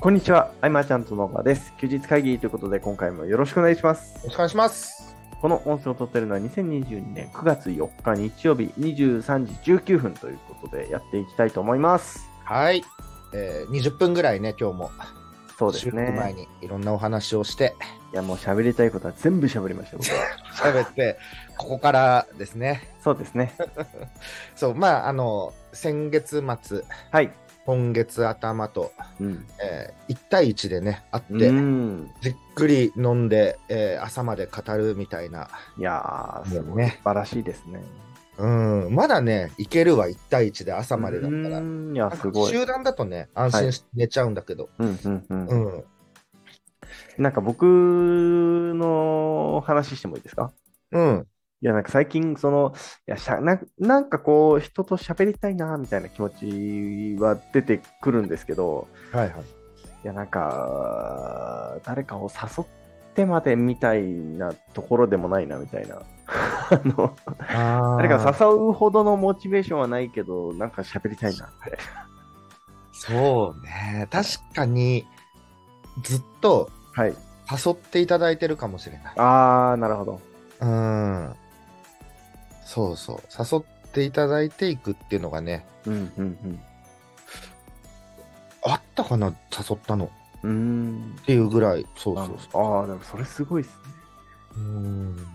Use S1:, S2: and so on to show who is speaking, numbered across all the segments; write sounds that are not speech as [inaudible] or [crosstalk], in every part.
S1: こんにちは、あいまちゃんとのばです。休日会議ということで、今回もよろしくお願いします
S2: よ。ろしくお願いします。
S1: この音声を撮っているのは2022年9月4日日曜日23時19分ということで、やっていきたいと思います。
S2: はい。えー、20分ぐらいね、今日も。
S1: そうです
S2: 収録
S1: ね。
S2: 前にいろんなお話
S1: [laughs]
S2: をして、
S1: いや、もう喋りたいことは全部喋りました、僕は
S2: [laughs] 喋って、ここからですね。
S1: そうですね。
S2: そう、まあ、あの、先月末、
S1: はい。
S2: 今月頭と、
S1: うん。
S2: えー、1対1でね、会っ
S1: う
S2: て、
S1: ん。
S2: じっくり飲んで、えー朝まで語るみたいな。
S1: いやー、す
S2: も
S1: ご
S2: う
S1: い
S2: ね
S1: 素晴らしいですね。
S2: うん、まだね、いけるわ、1対1で朝までだったら
S1: う。んいや、すごい。
S2: 集団だとね、安心して寝ちゃうんだけど。
S1: うんうんうん。
S2: うん。
S1: なんか僕の話してもいいですか
S2: うん。
S1: いや、なんか最近、その、いや、しゃ、なん、なんかこう、人と喋りたいな、みたいな気持ちは出てくるんですけど、
S2: はい
S1: [laughs]
S2: はい。
S1: いや、なんか、誰かを誘ってまでみたいなところでもないな、みたいな。 [laughs] あの、誰
S2: 誰
S1: かを誘うほどのモチベーションはないけど、なんか喋りたいなって。
S2: そうね。確かに、ずっと
S1: はい。
S2: 誘っていただいてるかもしれない。
S1: あー、なるほど。
S2: うん。そうそう。誘っていただいていくっていうのがね、
S1: うん、うん、
S2: あったかな、誘ったのっ
S1: うん。うーん。
S2: ていうぐらい。そうそうそ
S1: あー、でもそれすごいっすね。
S2: う。うん。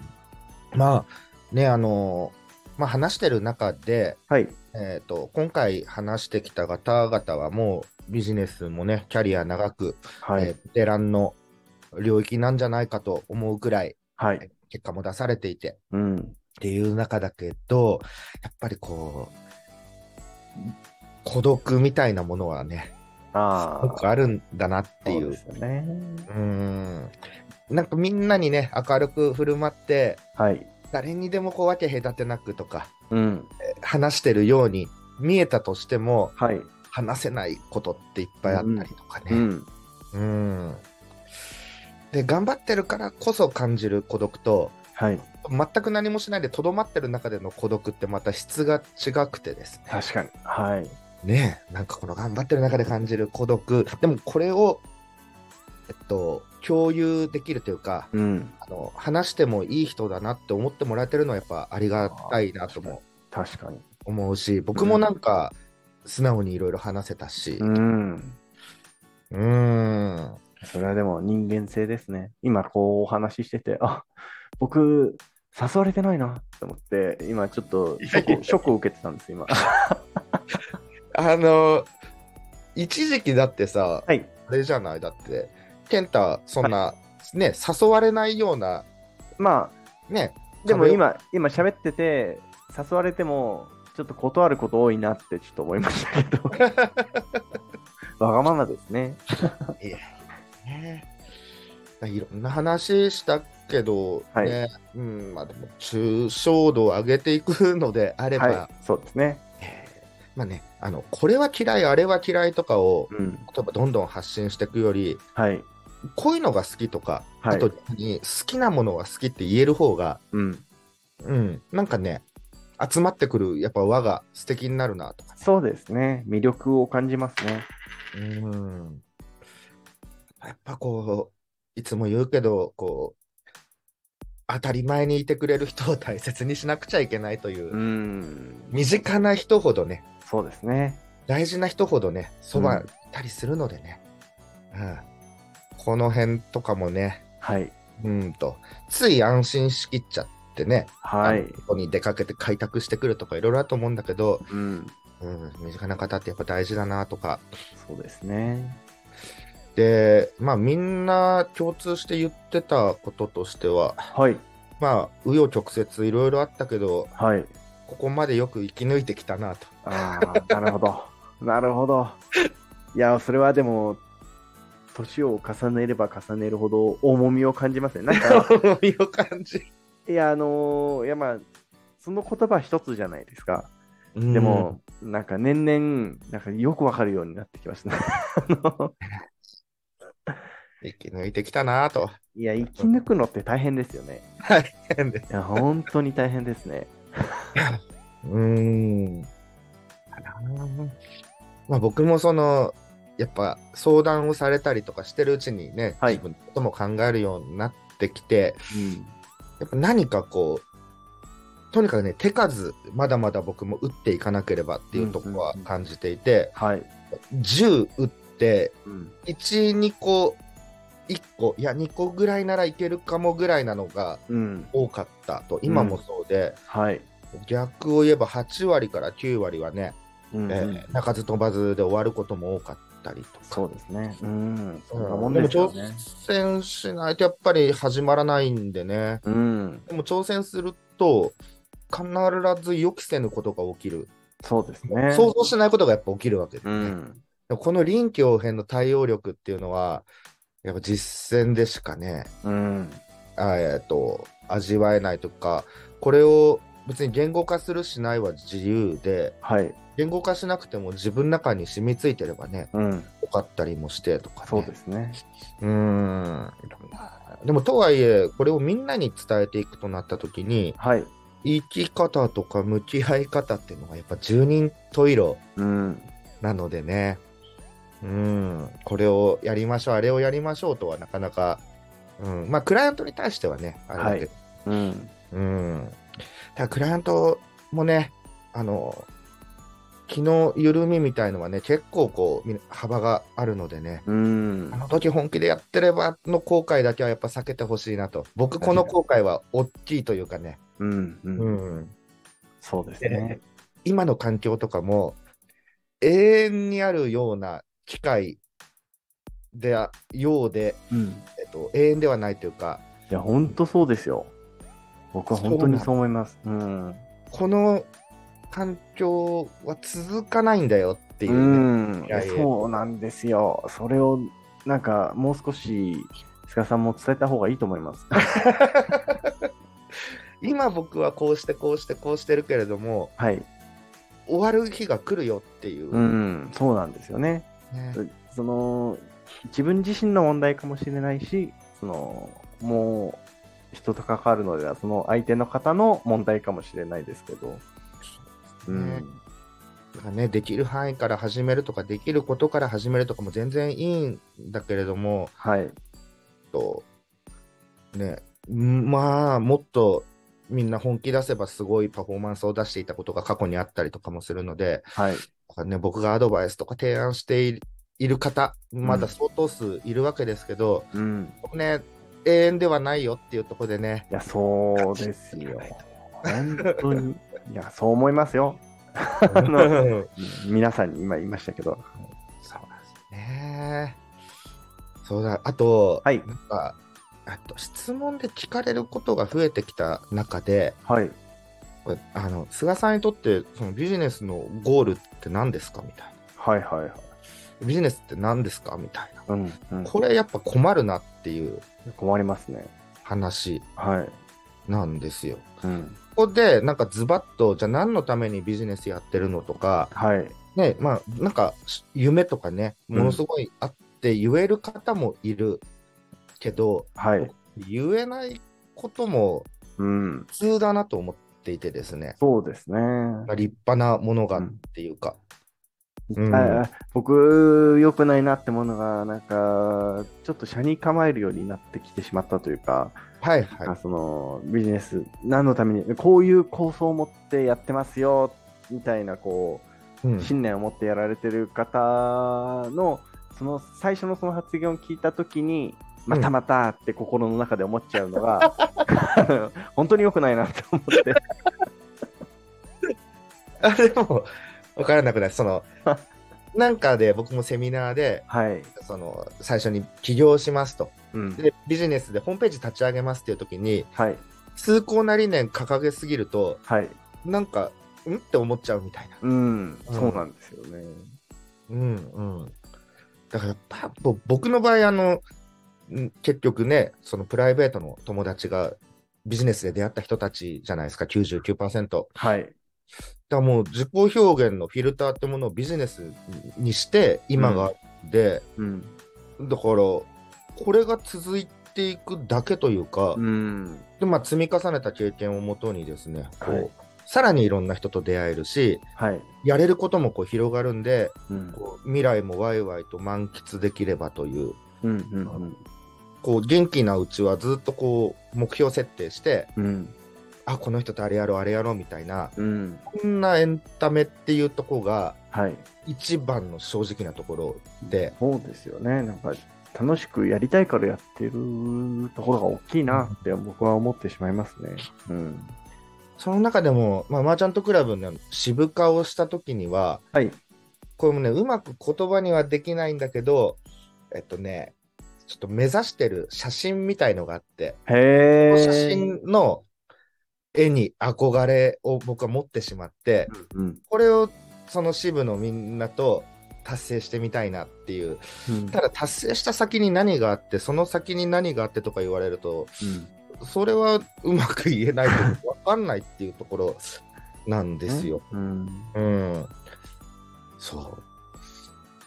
S2: まあ、ね、あの、まあ話してる中で、
S1: はい。
S2: えっ、と、今回話してきた方々はもうビジネスもね、キャリア長く、
S1: は
S2: えー
S1: い。
S2: ベテランの領域なんじゃないかと思うぐらい、
S1: はい。
S2: 結果も出されていて
S1: うん。
S2: っていう中だけど、やっぱりこう、孤独みたいなものはね、
S1: あ
S2: よく
S1: ー。
S2: あるんだなってい
S1: そう
S2: う。
S1: ですよね。
S2: うーん。なんかみんなにね、明るく振る舞って、
S1: はい。
S2: 誰にでもこう分け隔てなくとか、
S1: うん。
S2: 話してるように見えたとしても、
S1: はい。
S2: 話せないことっていっぱいあったりとか
S1: う
S2: ね。
S1: ん。
S2: うん。で、頑張ってるからこそ感じる孤独と、
S1: はい。
S2: 全く何もしないでとどまってる中での孤独ってまた質が違くてですね。
S1: 確かに。はい。
S2: ねえなんかこの頑張ってる中で感じる孤独。でもこれを、えっと、共有できるというか、
S1: うん。
S2: あの話してもいい人だなって思ってもらえてるのはやっぱありがたいなとも
S1: 確かに。
S2: 思うし、僕もなんか素直にいろいろ話せたし、
S1: うん。
S2: うーん、
S1: それはでも人間性ですね。今こうお話ししてて、あ僕、誘われてないなって思って、今ちょっとショックショックを受けてたんです、今。は
S2: あの、一時期だってさ、
S1: い。
S2: あれじゃないだって、健太、そんな、ね、誘われないような、
S1: まあ、
S2: ね、
S1: でも
S2: 壁を、
S1: 今、今喋ってて、誘われても、ちょっと断ること多いなってちょっと思いました [laughs] けど。わがままですね。
S2: ねいろんな話したけど、
S1: はい
S2: ね、うん、まあでも、抽象度を上げていくのであれば、
S1: はい。そうですね。
S2: まあね、あの、これは嫌い、あれは嫌いとかを、
S1: うん。
S2: 例えばどんどん発信していくより、
S1: はい。
S2: こういうのが好きとか、
S1: はい
S2: あとに好きなものは好きって言える方が、
S1: うん。
S2: うん、なんかね、集まってくる、やっぱ輪が素敵になるなとか。
S1: そうですね。魅力を感じますね。
S2: うん。やっぱこう、いつも言うけど、こう、当たり前にいてくれる人を大切にしなくちゃいけないというう、
S1: ん。
S2: 身近な人ほどね、
S1: そうですね。
S2: 大事な人ほどね、そばにいたりするのでね、うんこの辺とかもね、
S1: はい。
S2: うんと、つい安心しきっちゃってね、
S1: はい。
S2: ここに出かけて開拓してくるとかいろいろあると思うんだけど、
S1: うん。
S2: うん、身近な方ってやっぱ大事だなとか、
S1: そうですね。
S2: で、まあ、みんな共通して言ってたこととしては、
S1: はい。
S2: まあ、紆余曲折いろいろあったけど、
S1: はい。
S2: ここまでよく生き抜いてきたな [laughs] と。
S1: ああ、 [laughs] なるほど。なるほど。いや、それはでも、年を重ねれば重ねるほど重みを感じますね。なん [laughs] か、
S2: そういう感じ。
S1: いや、あのーいや、まあ、その言葉一つじゃないですか。で
S2: で、
S1: も、なんか年々、なんかよくわかるようになってきましたね。あの
S2: 生き抜いてきたなと。
S1: いや、生き抜くのって大変ですよね。いや、本当に大変ですね。
S2: うーん。かなまあ、僕もその、やっぱ相談をされたりとかしてるうちにね、
S1: はい
S2: 自分のことも考えるようになってきて、
S1: うん。
S2: やっぱ何かこう、とにかくね、手数、まだまだ僕も打っていかなければっていうところは感じていて、
S1: はい。
S2: 10打って、
S1: うん。
S2: 1、2個、1個、いや、2個ぐらいならいけるかもぐらいなのが
S1: うん。
S2: 多かったと、今もそうで、
S1: はい。
S2: 逆を言えば8割から9割はね、
S1: うん。
S2: えー鳴かず飛ばずで終わることも多かったりとか。
S1: そうですね。うん。そんな
S2: う
S1: も
S2: ん
S1: ん
S2: でも
S1: ですよ
S2: 挑
S1: ね。
S2: 戦しないとやっぱり始まらないんでね。
S1: うん。
S2: でも挑戦すると必ず予期せぬことが起きる。
S1: そうですね。
S2: 想像しないことがやっぱ起きるわけです
S1: う
S2: ね。
S1: ん。
S2: でもこの臨機応変の対応力っていうのは、やっぱ実践でしかね、
S1: うん。
S2: あえっと、味わえないとか、これを別に言語化するしないは自由で、
S1: はい。
S2: 言語化しなくても自分の中に染みついてればね、
S1: うん。
S2: よかったりもしてとか、ね。
S1: そうですね。
S2: うーんでもとはいえこれをみんなに伝えていくとなった時に
S1: はい。
S2: 生き方とか向き合い方っていうのがやっぱ十人十色
S1: うん。
S2: なのでねうーんこれをやりましょうあれをやりましょうとはなかなか、うん、まあクライアントに対してはねあれだけど、
S1: うん。
S2: うんただクライアントもねあの気の緩みみたいのはね結構こうみ幅があるのでね
S1: うん
S2: あ。の時本気でやってればの後悔だけはやっぱ避けてほしいなと。僕、この後悔は大きいというかね。
S1: うん。うん。
S2: ん。
S1: そうですね。
S2: 今の環境とかも、永遠にあるような機会であ、ようで、
S1: うん。
S2: えっと、永遠ではないというか、
S1: いや、本当そうですよ。僕は本当にそう思います。うん。
S2: この環境は続かないんだよっていううね、
S1: ん
S2: いやいや
S1: そうなんですよ。それを、なんか、もう少し、塚さんも伝えた方がいいと思います。
S2: 今僕はこうしてこうしてこうしてるけれども、
S1: はい。
S2: 終わる日が来るよっていう
S1: う
S2: ね、
S1: ん。そうなんですよね。その、自分自身の問題かもしれないし、その、もう、人と関わるのでは、その相手の方の問題かもしれないですけど。う
S2: ね
S1: ん。
S2: がね、できる範囲から始めるとか、できることから始めるとかも全然いいんだけれども、
S1: はい。
S2: とね、んまあ、もっとみんな本気出せばすごいパフォーマンスを出していたことが過去にあったりとかもするので、
S1: はい。
S2: だからね、僕がアドバイスとか提案しているいる方、まだ相当数いるわけですけど、
S1: うん。
S2: 僕ね、永遠ではないよっていうところでね、
S1: いや、そうですよ。本当に。いや、そう思いますよ。あ
S2: [laughs] そう
S1: の
S2: なんで
S1: 皆さんに今言いましたけど。
S2: すね。そうだ、あと、
S1: はい。
S2: なんか、あと質問で聞かれることが増えてきた中で、
S1: はい。
S2: これあの菅さんにとってそのビジネスのゴールって何ですかみたい
S1: はいはいはい。
S2: な。ビジネスって何ですかみたいな。
S1: うん、うん。
S2: これやっぱ困るなっていう
S1: 困りますね。
S2: 話
S1: はい。
S2: なんですよ。
S1: うん。
S2: ここでなんかズバッと、じゃあ何のためにビジネスやってるのとか、
S1: はい。
S2: ね、まあなんかし夢とかね、ものすごいあって言える方もいるけど、
S1: はい。
S2: 言えないことも
S1: うん。
S2: 普通だなと思っていてですね。
S1: そうですね。
S2: 立派なものがっていうか。うん
S1: あ僕、良くないなってものが、なんか、ちょっと車に構えるようになってきてしまったというか、
S2: はいはい。
S1: あそのビジネス、何のために、こういう構想を持ってやってますよ、みたいな、こう、
S2: うん
S1: 信念を持ってやられてる方のその最初のその発言を聞いた時にまたまたって心の中で思っちゃうのが、
S2: [laughs]
S1: 本当に良くないなって思って
S2: [laughs] あれも分からなくない。そのなんかで僕もセミナーで
S1: はい、
S2: その最初に起業しますと
S1: うん
S2: でビジネスでホームページ立ち上げますっていう時に
S1: はい
S2: 崇高な理念掲げすぎると
S1: はい
S2: なんかんって思っちゃうみたいな。
S1: うん、そうなんですよね
S2: うんうん、だからパぼ僕の場合あのん結局ねそのプライベートの友達がビジネスで出会った人たちじゃないですか99%。
S1: はい
S2: だからもう自己表現のフィルターってものをビジネスにして今があって、
S1: うん
S2: だからこれが続いていくだけというか、
S1: うん
S2: でまあ、積み重ねた経験をもとにですねこう、
S1: はい
S2: さらにいろんな人と出会えるし、
S1: はい。
S2: やれることもこう広がるんで、
S1: うん。
S2: こう未来もワイワイと満喫できればという、
S1: うんうん
S2: こう元気なうちはずっとこう目標設定して、
S1: うん。うん。
S2: あ、この人とあれやろう、あれやろうみたいな、
S1: うん。
S2: こんなエンタメっていうとこが
S1: はい。
S2: 一番の正直なところで、
S1: そうですよね。なんか、楽しくやりたいからやってるところが大きいなって僕は思ってしまいますね。うん。
S2: その中でも、まあ、マーチャントクラブの渋化をした時には、
S1: はい。
S2: これもね、うまく言葉にはできないんだけど、えっとね、ちょっと目指してる写真みたいのがあって、
S1: へー。
S2: 写真の絵に憧れを僕は持ってしまって、
S1: うん。
S2: これをその支部のみんなと達成してみたいなっていう。
S1: うん。
S2: ただ達成した先に何があって、その先に何があってとか言われると、
S1: うん
S2: それはうまく言えないと分かんないっていうところなんですよ。。
S1: うん。
S2: うん。そう。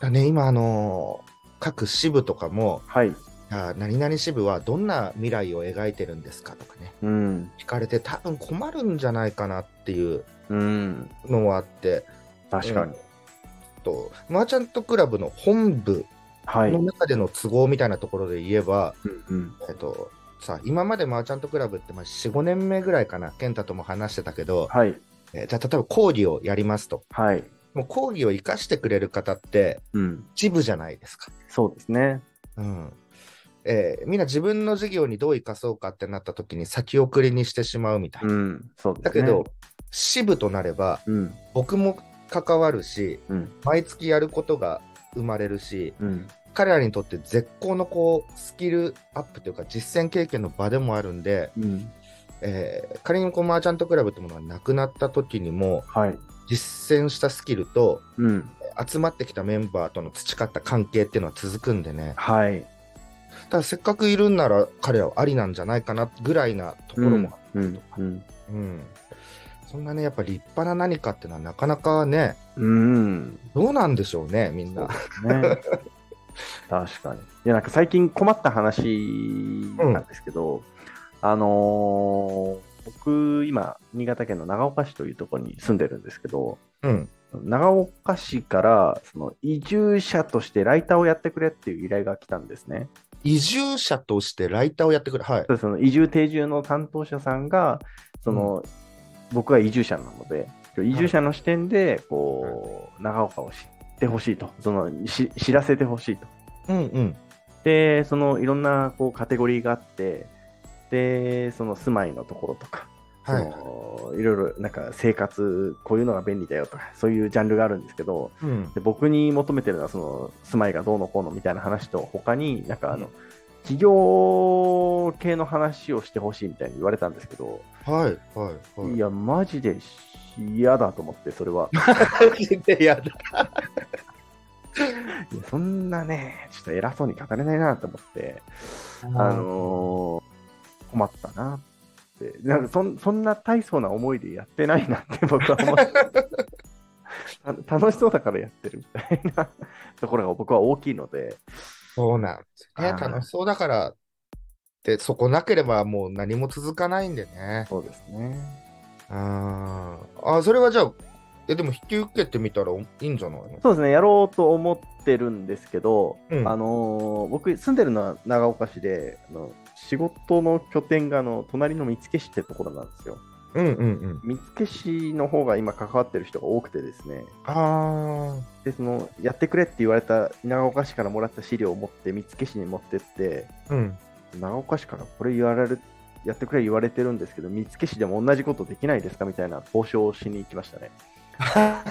S2: だね、今、あのー各支部とかも、
S1: はい。
S2: あー何々支部はどんな未来を描いてるんですかとかね、
S1: うん。
S2: 聞かれて多分困るんじゃないかなっていう
S1: うん。
S2: のはあって、
S1: 確かに。
S2: と、マーチャントクラブの本部
S1: はい。
S2: の中での都合みたいなところで言えば、
S1: うん。
S2: えっと、さ今までマーチャントクラブってまあ4、5年目ぐらいかな、健太とも話してたけど、
S1: はい。
S2: えーじゃあ例えば講義をやりますと、
S1: はい。
S2: もう講義を生かしてくれる方って、
S1: うん。
S2: 支部じゃないですか。
S1: そうですね。
S2: うんえーみんな自分の事業にどう生かそうかってなった時に先送りにしてしまうみたいな。
S1: うん。そうですね。
S2: だけど、、支部となれば、
S1: うん。
S2: 僕も関わるし、
S1: うん。
S2: 毎月やることが生まれるし、
S1: うん。
S2: 彼らにとって絶好のこうスキルアップというか、実践経験の場でもあるんで、
S1: うん。
S2: えー仮にこうマーチャントクラブってものがなくなった時にも、
S1: はい。
S2: 実践したスキルと、
S1: うん。
S2: 集まってきたメンバーとの培った関係っていうのは続くんでね。
S1: はい。
S2: ただせっかくいるんなら彼らはありなんじゃないかなぐらいなところも、
S1: うん。うん。
S2: うんそんなねやっぱ立派な何かっていうのはなかなかね
S1: うん。
S2: どうなんでしょうねみんな。
S1: ね。確かに。いや、なんか最近困った話なんですけど、あのー僕、今、新潟県の長岡市というところに住んでるんですけど、
S2: うん、
S1: 長岡市からその移住者としてライターをやってくれっていう依頼が来たんですね。
S2: 移住者としてライターをやってくれはい
S1: そ。うその移住定住の担当者さんがその、僕は移住者なので移住者の視点でこう、長岡を知ってほしいとそのし知らせてほしいと。
S2: うんうん
S1: でそのいろんなこうカテゴリーがあってでその住まいのところとか、
S2: はい
S1: そのいろいろなんか生活こういうのが便利だよとかそういうジャンルがあるんですけど
S2: うん
S1: で僕に求めてるのはその住まいがどうのこうのみたいな話と他になんかあの、企業系の話をしてほしいみたいに言われたんですけど、
S2: はいはいはい
S1: い、やマジで嫌だと思ってそれ [laughs] は
S2: [laughs] いやだ
S1: いやそんなねちょっと偉そうに語れないなと思ってあのー困ったなって、なんかそんそんな大層な思いでやってないなって僕は [laughs] 思って、た楽しそうだからやってるみたいなところが僕は大きいので、
S2: そうなんですね
S1: あー
S2: 楽しそうだからでそこなければもう何も続かないんでね。
S1: そうですね。
S2: あーあーそれはじゃあえでも引き受けてみたらいいんじゃないの
S1: そうですね、やろうと思ってるんですけど、
S2: うん
S1: あのー僕、住んでるのは長岡市で、あの仕事の拠点があの隣の見附市ってところなんですよ。
S2: うんうんうん。
S1: 見附市の方が今、関わってる人が多くてですね、
S2: ああ。
S1: でそのやってくれって言われた長岡市からもらった資料を持って見附市に持ってって
S2: うん。
S1: 長岡市からこれ言われるやってくれ言われてるんですけど見附市でも同じことできないですかみたいな交渉をしに行きましたね
S2: [laughs]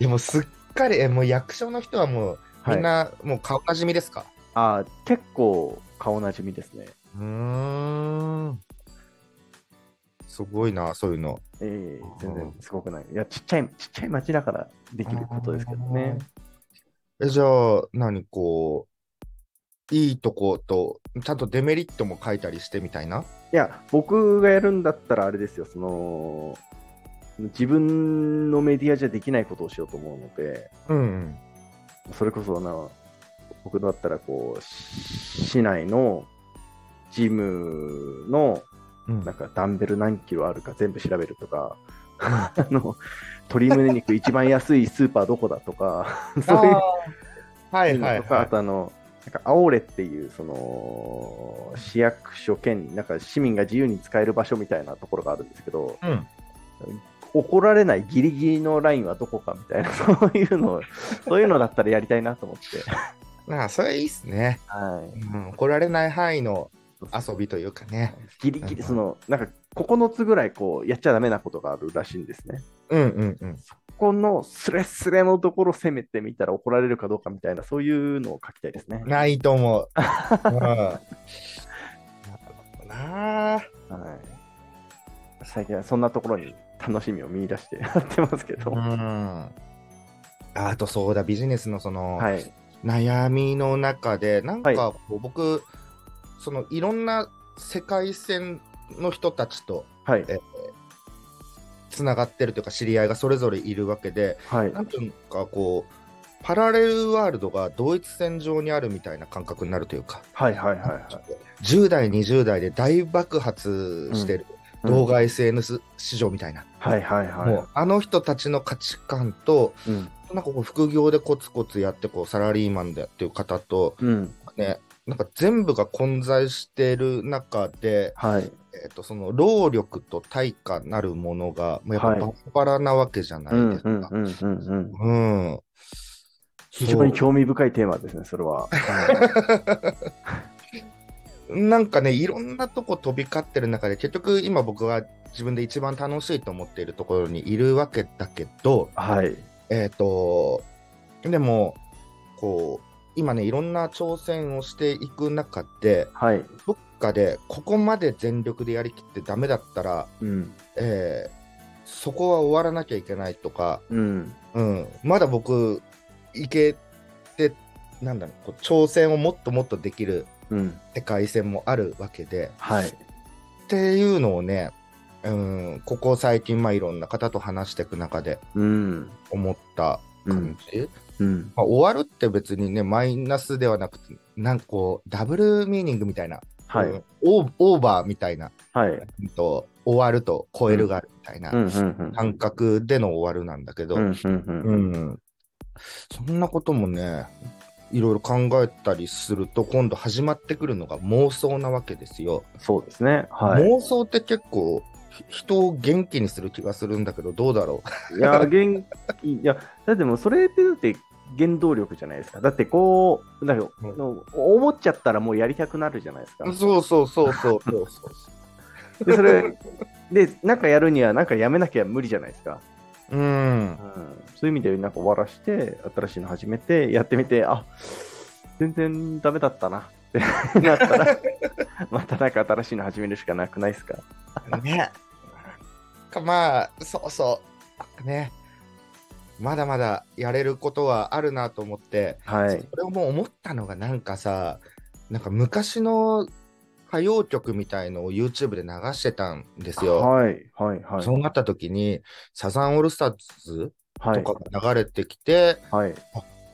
S2: いやもうすっかり、えもう役所の人はもう、
S1: はい
S2: みんなもう顔なじみですか
S1: ああ結構顔なじみですね
S2: うーん。すごいな、そういうの。
S1: ええ全然すごくないいやちっちゃいちっちゃい町だからできることですけどね
S2: え、じゃあ、何こう、いいとこと、ちゃんとデメリットも書いたりしてみたいな。
S1: いや僕がやるんだったらあれですよその自分のメディアじゃできないことをしようと思うので
S2: うん、
S1: それこそな、僕だったらこう、し市内のジムの
S2: うん
S1: なんかダンベル何キロあるか全部調べると [laughs] か、あの鶏胸肉一番安いスーパーどこだとか、そういう
S2: はい
S1: の
S2: はい
S1: とか、
S2: は
S1: あ
S2: い。
S1: とあの、なんかアオレっていうその市役所兼なんか市民が自由に使える場所みたいなところがあるんですけど、
S2: うん、
S1: 怒られないギリギリのラインはどこかみたいな、 [laughs] そういうのを、そういうのだったらやりたいなと思って。
S2: まあ、それいいっすね、
S1: はい
S2: うん。怒られない範囲の遊びというかね。
S1: ギリギリ、その、なんか9つぐらいこう、やっちゃダメなことがあるらしいんですね。
S2: うんうんうん。
S1: このスレスレのところを攻めてみたら怒られるかどうかみたいな、そういうのを書きたいですね。
S2: ないと思 [laughs] う。うん、なるほどなあ。
S1: はい、最近はそんなところに楽しみを見出してやってますけど。
S2: うん。あとそうだ、ビジネスのその、
S1: はい。
S2: 悩みの中で、なんか
S1: は
S2: こう、僕、そのいろんな世界線の人たちと
S1: はい。
S2: えつながってるというか、知り合いがそれぞれいるわけで、
S1: はい。
S2: なんていうかこう、パラレルワールドが同一線上にあるみたいな感覚になるというか、
S1: はい。はい。は
S2: 10代、20代で大爆発してる
S1: い。う
S2: 動
S1: ん。
S2: 画 SNS 市場みたいな、
S1: はい。はい。
S2: もう
S1: は
S2: あの人たちの価値観と、
S1: い。うん。
S2: なんかこう副業でコツコツやってこうサラリーマンでやってる方と、
S1: うん。
S2: ね、なんか全部が混在してる中で、
S1: はい。
S2: えっとその労力と対価なるものがもうやっぱ
S1: はい
S2: バラバラなわけじゃな
S1: うん。
S2: いうで
S1: んう
S2: す。か。
S1: ん。うん。うん。
S2: うん
S1: 非常に興味深いテーマですね、それは。
S2: なんかね、いろんなとこ飛び交ってる中で、結局今僕は自分で一番楽しいと思っているところにいるわけだけど、
S1: はい。
S2: えっ、と、でも、こう、今ね、いろんな挑戦をしていく中で、
S1: はい。
S2: どっかでここまで全力でやりきってダメだったら、
S1: うん。
S2: えーそこは終わらなきゃいけないとか、
S1: うん。
S2: うん、まだ僕、いけて、なんだろうこう、挑戦をもっともっとできる
S1: うん。
S2: 世界線もあるわけで、
S1: はい。
S2: っていうのをね、うん、ここ最近、まあ、いろんな方と話していく中で
S1: うん。
S2: 思った
S1: う
S2: 感
S1: ん。
S2: じ、
S1: うん。
S2: まあ、終わるって別にねマイナスではなくてなんかこうダブルミーニングみたいな、
S1: はい
S2: うん。オーオーバーみたいな、
S1: はい。
S2: うんと終わると超えるがあるみたいな
S1: うん。うん。うん。
S2: 感覚での終わるなんだけど、
S1: うん。うん。うん。
S2: うんそんなこともねいろいろ考えたりすると今度始まってくるのが妄想なわけですよ。
S1: そうですね。はい。
S2: 妄想って結構ひ人を元気にする気がするんだけどどうだろ
S1: いや、元気、いや、だってもうそれってだって原動力じゃないですか。だってこう、なんか
S2: うん
S1: の思っちゃったらもうやりたくなるじゃないですか [laughs]
S2: う。そうそうそうそうそうそう
S1: で、それ、で、なんかやるにはなんかやめなきゃ無理じゃないですか。
S2: うん
S1: そういう意味でなんか終わらして、新しいの始めて、やってみて、あ全然ダメだったなってなった
S2: [laughs]
S1: ら、またなんか新しいの始めるしかなくないですか。
S2: ねかまあそうそうねまだまだやれることはあるなと思って、
S1: はい。
S2: それをもう思ったのがなんかさなんか昔の歌謡曲みたいのを YouTube で流してたんですよ。
S1: はい、はい、はい。
S2: そうなった時にサザンオールスターズ
S1: は
S2: と
S1: い、
S2: かが流れてきて、
S1: はい。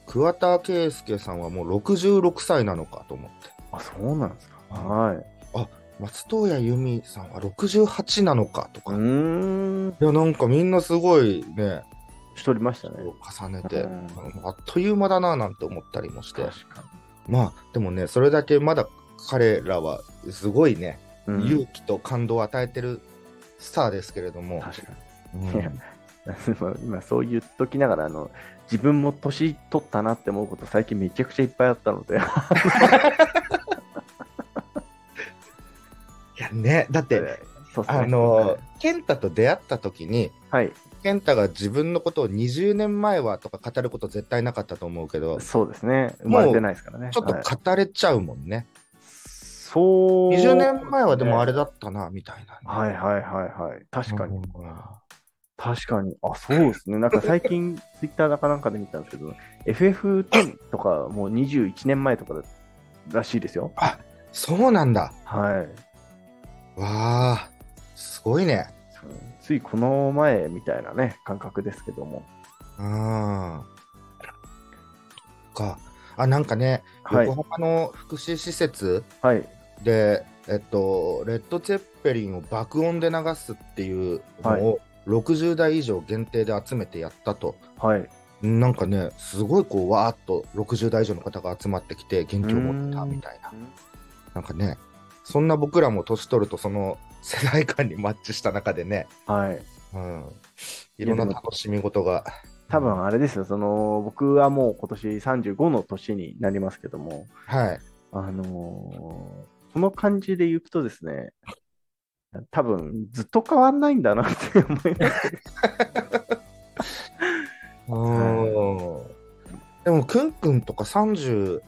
S2: 桑田佳祐さんはもう66歳なのかと思って
S1: あ、そうなんですか。はい。
S2: 松任谷由実さんは68なのかとか、
S1: う
S2: い
S1: ーん。
S2: やなんかみんなすごいね
S1: しとりましたね。
S2: 重ねて、
S1: うん
S2: あっという間だななんて思ったりもして
S1: 確か
S2: まあでもねそれだけまだ彼らはすごいね、
S1: に。
S2: 勇気と感動を与えてるスターですけれども、
S1: 確かに。
S2: うん
S1: いや今今そう言っときながら、あの自分も年取ったなって思うこと、最近めちゃくちゃいっぱいあったので、
S2: いやねだって、
S1: [laughs] そうですね
S2: あの健太と出会った時に
S1: はい、
S2: 健太が自分のことを20年前はとか語ること絶対なかったと思うけど
S1: そうですね、生まれてないですからね。
S2: ちょっ
S1: はい
S2: と語れちゃうもんね。
S1: そう、
S2: 20年前はでもあれだったな、みたいな。
S1: はいはいはいはい、確かに、
S2: うん。
S1: 確かに、あそうですね、なんか最
S2: [laughs]
S1: 近、ツイッターだかなんかで見たんですけど、FF10 とか、もう21年前とからしいですよ。
S2: そうなんだ。
S1: はい
S2: わあ、すごいね。
S1: そうついこの前みたいなね、感覚ですけども。
S2: うん。か。あ、なんかね、
S1: はい
S2: 横浜の福祉施設
S1: はい。
S2: で、えっと、レッド・ツェッペリンを爆音で流すっていうのを、60代以上限定で集めてやったと、
S1: はい。
S2: なんかね、すごいこう、わーっと60代以上の方が集まってきて、元気を持ってたみたいな、なんかね、そんな僕らも年取ると、その世代間にマッチした中でね、
S1: はい。
S2: うん、いろんな楽しみ事が。
S1: 多分あれですよ、その、僕はもう今年35の年になりますけども、
S2: はい。
S1: あのーその感じで行くとですね、多分ずっと変わんないんだなって思います。
S2: うんでも、くんくんとか37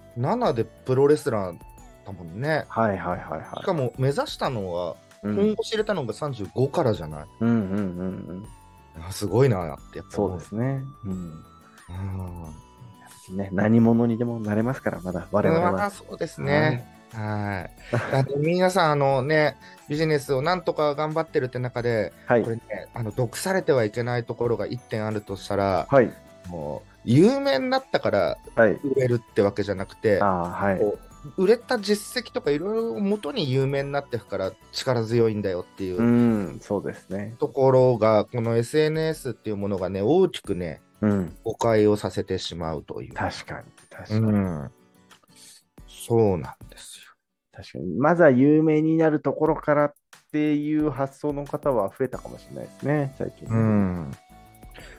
S2: でプロレスラーだもんね。
S1: はいはいはいは
S2: し
S1: い。
S2: かも目指したのは、
S1: うん、う
S2: 今
S1: ん
S2: 後知れたのが35からじゃない。
S1: うんうんうん。
S2: あすごいなってやっぱ。
S1: そうですすね。うん。
S2: うん
S1: ね、何者にでもなれますから、まだ我々
S2: まあ
S1: は。
S2: そうですね。はい。あの皆さん、あのね、ビジネスをなんとか頑張ってるって中で、
S1: はい
S2: こ。れね、あの毒されてはいけないところが1点あるとしたら、
S1: はい。
S2: もう、有名になったから
S1: はい。
S2: 売れるってわけじゃなくて
S1: あ、あ、はい。
S2: こう売れた実績とかいろいろ元に有名になってくから力強いんだよっていうう。
S1: ん、そうですね。
S2: ところがこの SNS っていうものがね大きくね
S1: うん。
S2: 誤解をさせてしまうという。
S1: 確かに。確か
S2: う
S1: に。
S2: ん、そうなんですよ。
S1: 確かに。まずは有名になるところからっていう発想の方は増えたかもしれないですね、最近。
S2: うん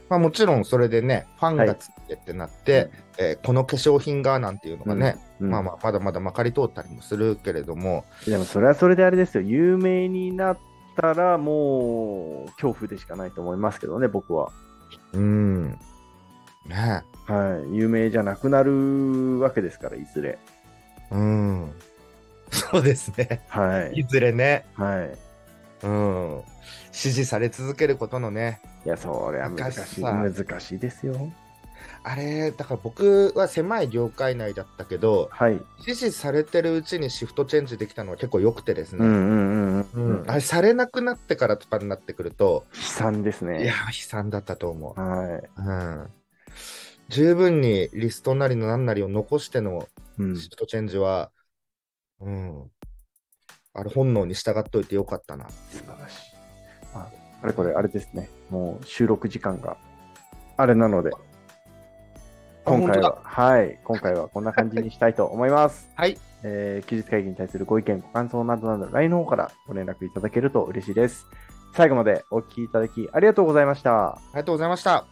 S2: まあ、もちろんそれでねファンがつってってなって、えーこの化粧品がなんていうのがね、
S1: うん
S2: まあまあまだまだまかり通ったりもするけれども、
S1: でもそれはそれであれですよ、有名になったらもう恐怖でしかないと思いますけどね、僕は。
S2: うんね
S1: はい、有名じゃなくなるわけですから、いずれ。
S2: うん、そうですね
S1: はいい。
S2: ずれね、
S1: はい。
S2: うん、支持され続けることのね
S1: いや、それは難しい。
S2: 難
S1: 難しいですよ。
S2: あれだから僕は狭い業界内だったけど
S1: はい。
S2: 支持されてるうちにシフトチェンジできたのは結構良くてです
S1: う
S2: ね、
S1: んうんうんうん。
S2: あれされなくなってからとかになってくると、
S1: 悲惨ですね。
S2: いやー、悲惨だったと思
S1: は
S2: う。うん、十分にリストなりの何なりを残しての
S1: い。うん
S2: シフトチェンジは、うん、あれ、本能に従っといてよかったな。
S1: 素晴らしい。ああれこれ、あれですね。もう収録時間があれなので、今
S2: 本当
S1: 回
S2: だ
S1: は、はい、今回はこんな感じにしたいと思います。
S2: はい。
S1: えー、休日会議に対するご意見、ご感想などなど、LINE の方からご連絡いただけると嬉しいです。最後までお聞きいただきありがとうございました。
S2: ありがとうございました。